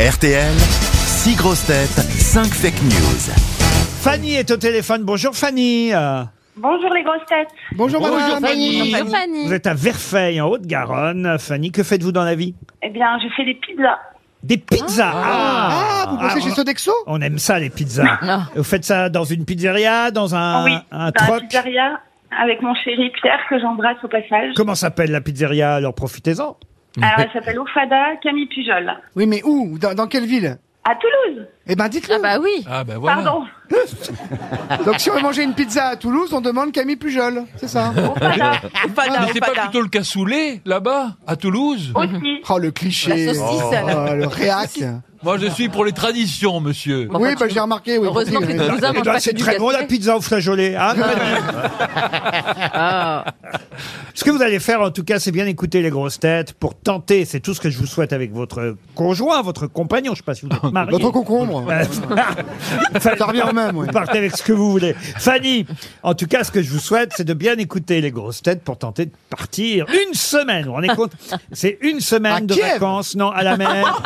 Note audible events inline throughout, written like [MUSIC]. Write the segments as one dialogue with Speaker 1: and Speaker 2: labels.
Speaker 1: RTL, 6 grosses têtes, 5 fake news.
Speaker 2: Fanny est au téléphone. Bonjour Fanny. Euh,
Speaker 3: Bonjour les grosses têtes.
Speaker 4: Bonjour, madame.
Speaker 3: Bonjour Fanny.
Speaker 2: Vous êtes à Verfeil, en Haute-Garonne. Fanny, que faites-vous dans la vie
Speaker 3: Eh bien, je fais des pizzas.
Speaker 2: Des pizzas.
Speaker 4: Ah, vous bossez
Speaker 2: Ah,
Speaker 4: chez Sodexo
Speaker 2: on, on aime ça, les pizzas. Vous faites ça dans une pizzeria, dans un,
Speaker 3: Ah. oui,
Speaker 2: un
Speaker 3: dans la
Speaker 2: truck
Speaker 3: pizzeria avec mon chéri Pierre que j'embrasse au passage.
Speaker 2: Comment s'appelle la pizzeria Alors profitez-en.
Speaker 3: Alors, elle s'appelle Ofada Camille Pujol.
Speaker 4: Oui, mais où dans, dans quelle ville
Speaker 3: À Toulouse.
Speaker 4: Eh ben, dites-le.
Speaker 5: oui.
Speaker 6: Ah bah voilà.
Speaker 3: Pardon.
Speaker 4: Donc, si on veut manger une pizza à Toulouse, on demande Camille Pujol. C'est ça.
Speaker 3: Ofada
Speaker 6: Mais c'est pas plutôt le cassoulet là-bas, à Toulouse
Speaker 3: aussi.
Speaker 4: Oh, le cliché.
Speaker 5: La saucisse,
Speaker 4: Oh,
Speaker 5: alors.
Speaker 4: le réac.
Speaker 6: Moi je suis pour les traditions, monsieur.
Speaker 4: oui, bah, j'ai remarqué. Oui,
Speaker 5: Heureusement que
Speaker 4: compris,
Speaker 5: les
Speaker 4: oui.
Speaker 5: Toulousains
Speaker 2: Eh
Speaker 5: mangent
Speaker 2: ben,
Speaker 5: pas que
Speaker 2: c'est
Speaker 5: du
Speaker 2: très bon la
Speaker 5: cassoulet.
Speaker 2: pizza au flageolet. hein, Fanny
Speaker 3: Ah.
Speaker 2: Ce que vous allez faire, en tout cas, c'est bien écouter les grosses têtes pour tenter. C'est tout ce que je vous souhaite avec votre conjoint, votre compagnon. Je ne sais pas si vous
Speaker 3: [LAUGHS]
Speaker 2: êtes marié.
Speaker 4: Votre concombre. Ça revient
Speaker 2: [LAUGHS]
Speaker 4: au même, oui.
Speaker 2: Vous partez avec ce que vous voulez. Fanny, en tout cas, ce que je vous souhaite, c'est de bien écouter les grosses têtes pour tenter de partir une semaine. Vous vous rendez compte C'est une semaine
Speaker 4: À
Speaker 2: de
Speaker 4: Kiev
Speaker 2: vacances, non, à la mer,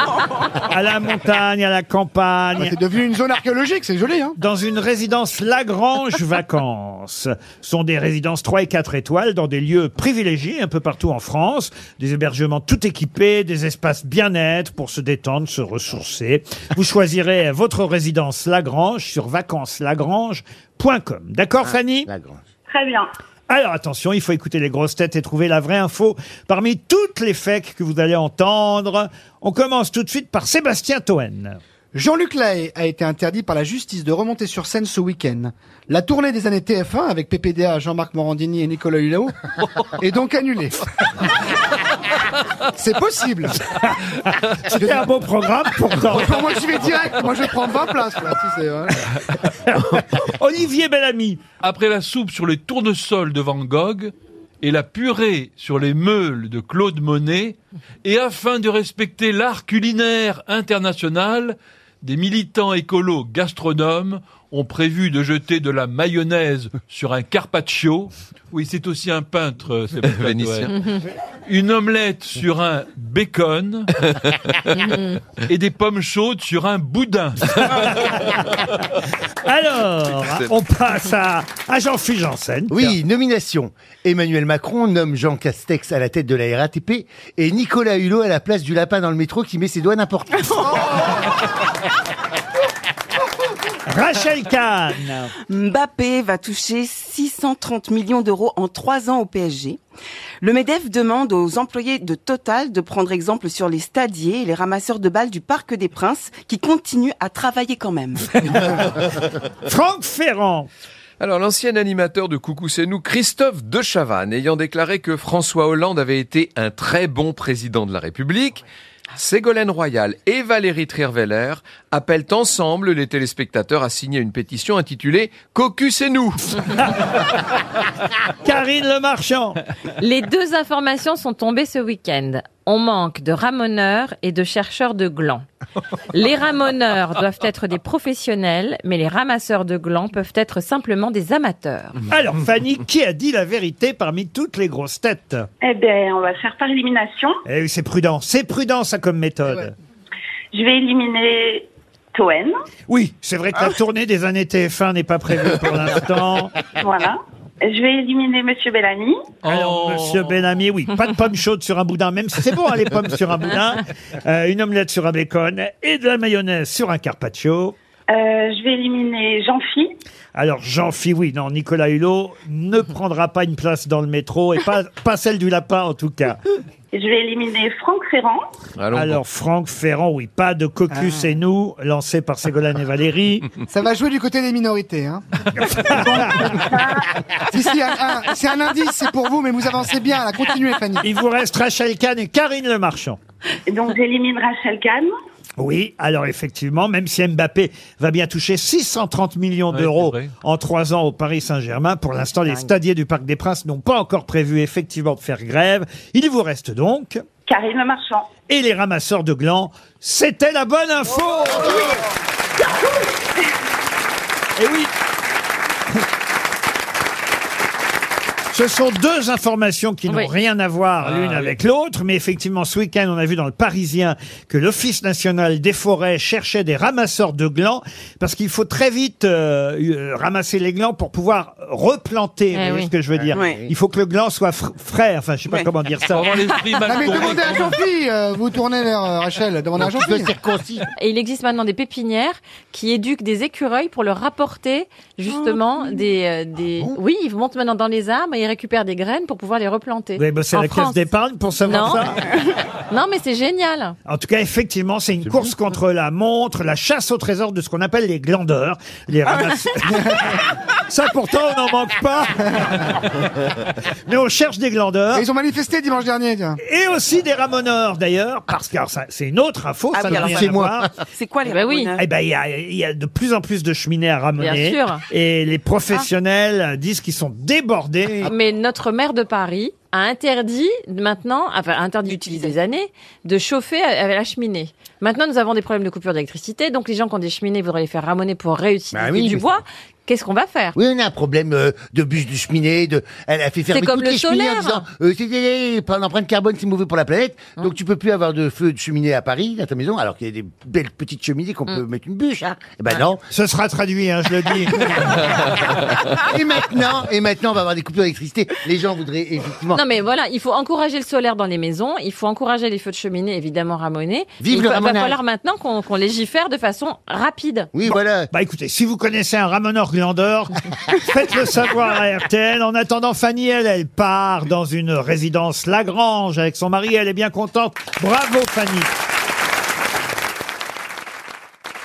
Speaker 2: à la montagne, à la
Speaker 4: Bah,
Speaker 2: campagne.
Speaker 4: c'est devenu une zone archéologique, c'est joli, hein
Speaker 2: Dans une résidence Lagrange Vacances. Ce sont des résidences 3 et 4 étoiles dans des lieux privilégiés un peu partout en France. Des hébergements tout équipés, des espaces bien-être pour se détendre, se ressourcer. Vous choisirez votre résidence Lagrange sur vacanceslagrange.com. D'accord, Fanny?
Speaker 3: Très bien.
Speaker 2: Alors attention, il faut écouter les grosses têtes et trouver la vraie info parmi toutes les fakes que vous allez entendre. On commence tout de suite par Sébastien Toen.
Speaker 4: Jean-Luc Lahaye a été interdit par la justice de remonter sur scène ce week-end. La tournée des années TF1 avec PPDA, Jean-Marc Morandini et Nicolas Hulot est donc annulée. C'est possible.
Speaker 2: C'était un beau programme pourtant.
Speaker 4: Enfin, moi, j'y vais direct. Moi, je prends 20 places. Là. hein. Si c'est- voilà.
Speaker 2: Olivier Bellamy.
Speaker 6: Après la soupe sur les tournesols de Van Gogh et la purée sur les meules de Claude Monet, et afin de respecter l'art culinaire international, des militants écolos gastronomes ont prévu de jeter de la mayonnaise sur un carpaccio. Oui, c'est aussi un peintre, c'est Une omelette sur un bacon et des pommes chaudes sur un boudin.
Speaker 2: Alors, on passe à, à Jean-Philippe Janssen.
Speaker 7: Oui, nomination. Emmanuel Macron nomme Jean Castex à la tête de la RATP et Nicolas Hulot à la place du lapin dans le métro qui met ses doigts n'importe où.
Speaker 2: Rachel Kahn.
Speaker 8: Mbappé va toucher 630 millions d'euros en trois ans au PSG. Le MEDEF demande aux employés de Total de prendre exemple sur les stadiers et les ramasseurs de balles du Parc des Princes qui continuent à travailler quand même.
Speaker 2: Franck Ferrand.
Speaker 9: [LAUGHS] Alors, l'ancien animateur de Coucou c'est nous, Christophe de Chavannes, ayant déclaré que François Hollande avait été un très bon président de la République, Ségolène Royal et Valérie Trierweiler appellent ensemble les téléspectateurs à signer une pétition intitulée Cocu c'est nous.
Speaker 2: Karine Le Marchand.
Speaker 10: Les deux informations sont tombées ce week-end. On manque de ramoneurs et de chercheurs de glands. Les ramoneurs doivent être des professionnels, mais les ramasseurs de glands peuvent être simplement des amateurs.
Speaker 2: Alors, Fanny, qui a dit la vérité parmi toutes les grosses têtes
Speaker 3: Eh bien, on va faire par élimination.
Speaker 2: Eh oui, c'est prudent. C'est prudent, ça, comme méthode.
Speaker 3: Je vais éliminer Toen.
Speaker 2: Oui, c'est vrai que la tournée des années TF1 n'est pas prévue pour l'instant.
Speaker 3: Voilà. Je vais éliminer Monsieur Bellamy.
Speaker 2: Alors,
Speaker 6: Oh.
Speaker 2: monsieur Benami, oui, pas de pommes chaudes sur un boudin, même si c'est bon, hein, les pommes sur un boudin, Euh, une omelette sur un bacon et de la mayonnaise sur un carpaccio.
Speaker 3: Euh, je vais éliminer Jean-Phi.
Speaker 2: Alors, jean philippe oui, non, Nicolas Hulot
Speaker 6: [LAUGHS]
Speaker 2: ne prendra pas une place dans le métro, et pas, pas celle du lapin, en tout cas.
Speaker 3: Je vais éliminer Franck Ferrand.
Speaker 9: Allons,
Speaker 2: Alors, Franck Ferrand, oui, pas de Cocus
Speaker 6: Ah.
Speaker 2: et nous, lancé par Ségolène et Valérie.
Speaker 4: Ça va jouer du côté des minorités. Hein. si, si, un- un- c'est un indice, c'est pour vous, mais vous avancez bien. Là. Continuez, Fanny.
Speaker 2: Il vous reste Rachel Kahn et Karine Le Marchand.
Speaker 3: Donc, j'élimine Rachel Kahn.
Speaker 2: Oui, alors effectivement, même si Mbappé va bien toucher 630 millions
Speaker 6: Ouais,
Speaker 2: d'euros
Speaker 6: c'est vrai.
Speaker 2: en trois ans au Paris Saint-Germain, pour l'instant, les stadiers du Parc des Princes n'ont pas encore prévu effectivement de faire grève. Il vous reste donc,
Speaker 3: Karine Le Marchand.
Speaker 2: et les ramasseurs de glands, c'était la bonne info
Speaker 10: Oh.
Speaker 2: Et oui Ce sont deux informations qui n'ont
Speaker 10: Oui.
Speaker 2: rien à voir l'une avec l'autre, mais effectivement, ce week-end, on a vu dans le Parisien que l'Office national des forêts cherchait des ramasseurs de glands, parce qu'il faut très vite euh, euh, ramasser les glands pour pouvoir replanter, vous
Speaker 10: Eh
Speaker 2: voyez
Speaker 10: oui.
Speaker 2: ce que je veux dire.
Speaker 8: Ouais.
Speaker 2: Il faut que le gland soit fr- frais, enfin, je sais pas
Speaker 8: Ouais.
Speaker 2: comment dire ça.
Speaker 10: [LAUGHS]
Speaker 6: Pour avoir l'esprit
Speaker 4: Non,
Speaker 6: mal
Speaker 4: mais
Speaker 6: tourné.
Speaker 4: demandez à Jean-Philippe, vous tournez vers euh, Rachel, demandez à Jean-Philippe.
Speaker 10: Et il existe maintenant des pépinières qui éduquent des écureuils pour leur rapporter
Speaker 5: Ah
Speaker 10: justement des, euh, des...
Speaker 2: Ah
Speaker 10: oui, ils montent maintenant dans les arbres et ils récupèrent des graines pour pouvoir les replanter.
Speaker 2: Vous avez bossé à
Speaker 10: En
Speaker 2: bah, la
Speaker 10: France.
Speaker 2: caisse d'épargne pour savoir
Speaker 10: Non.
Speaker 2: ça
Speaker 10: Non, mais c'est génial.
Speaker 2: En tout cas, effectivement, c'est une course contre la montre, la chasse au trésor de ce qu'on appelle les glandeurs, les ramasseurs. [LAUGHS] Ça, pourtant, on n'en manque [LAUGHS] pas. Mais on cherche des glandeurs
Speaker 4: Et Ils ont manifesté dimanche dernier, tiens.
Speaker 2: et aussi des ramoneurs, d'ailleurs, parce que alors, ça, c'est une autre info.
Speaker 8: Ah
Speaker 2: ça
Speaker 8: oui,
Speaker 2: n'a
Speaker 8: alors
Speaker 2: rien
Speaker 8: c'est
Speaker 2: à voir.
Speaker 8: C'est quoi les
Speaker 10: Eh ben oui.
Speaker 8: ramoneurs
Speaker 2: Eh ben, il y a, il y a de plus en plus de cheminées à ramener.
Speaker 10: Bien sûr.
Speaker 2: Et les professionnels disent qu'ils sont débordés.
Speaker 10: Ah, Mais notre maire de Paris a interdit maintenant, enfin interdit depuis
Speaker 8: D'utiliser.
Speaker 10: des années, de chauffer à à la cheminée. Maintenant, nous avons des problèmes de coupure d'électricité, donc les gens qui ont des cheminées voudraient les faire ramoner pour réutiliser
Speaker 7: Bah oui,
Speaker 10: du
Speaker 7: mais
Speaker 10: bois. Qu'est-ce qu'on va faire
Speaker 7: Oui, on a un problème euh, de bûche de cheminée. De... Elle a fait fermer
Speaker 10: comme
Speaker 7: toutes
Speaker 10: le
Speaker 7: les cheminées en
Speaker 10: solaire. Hein.
Speaker 7: disant euh, c'est- c'est- c'est- l'empreinte carbone, c'est mauvais pour la planète. Donc tu peux plus avoir de feu de cheminée à Paris, à ta maison, alors qu'il y a des belles petites cheminées qu'on peut mettre une bûche. Hein. Eh ben non.
Speaker 2: Ce sera traduit, hein, je le
Speaker 10: [LAUGHS]
Speaker 2: dis.
Speaker 10: Ah.
Speaker 7: Et maintenant, et maintenant, on va avoir des coupures d'électricité. Les gens voudraient effectivement.
Speaker 10: Non mais voilà, il faut encourager le solaire dans les maisons, il faut encourager les feux de cheminée évidemment ramonés.
Speaker 7: Vive
Speaker 10: il va,
Speaker 7: le
Speaker 10: va
Speaker 7: ramonage.
Speaker 10: falloir maintenant qu'on qu'on légifère de façon rapide.
Speaker 7: Oui, voilà.
Speaker 2: Bah écoutez, si vous connaissez un ramoneur glandeur, faites-le savoir à RTL. En attendant, Fanny, elle, elle part dans une résidence Lagrange avec son mari. Elle est bien contente. Bravo, Fanny.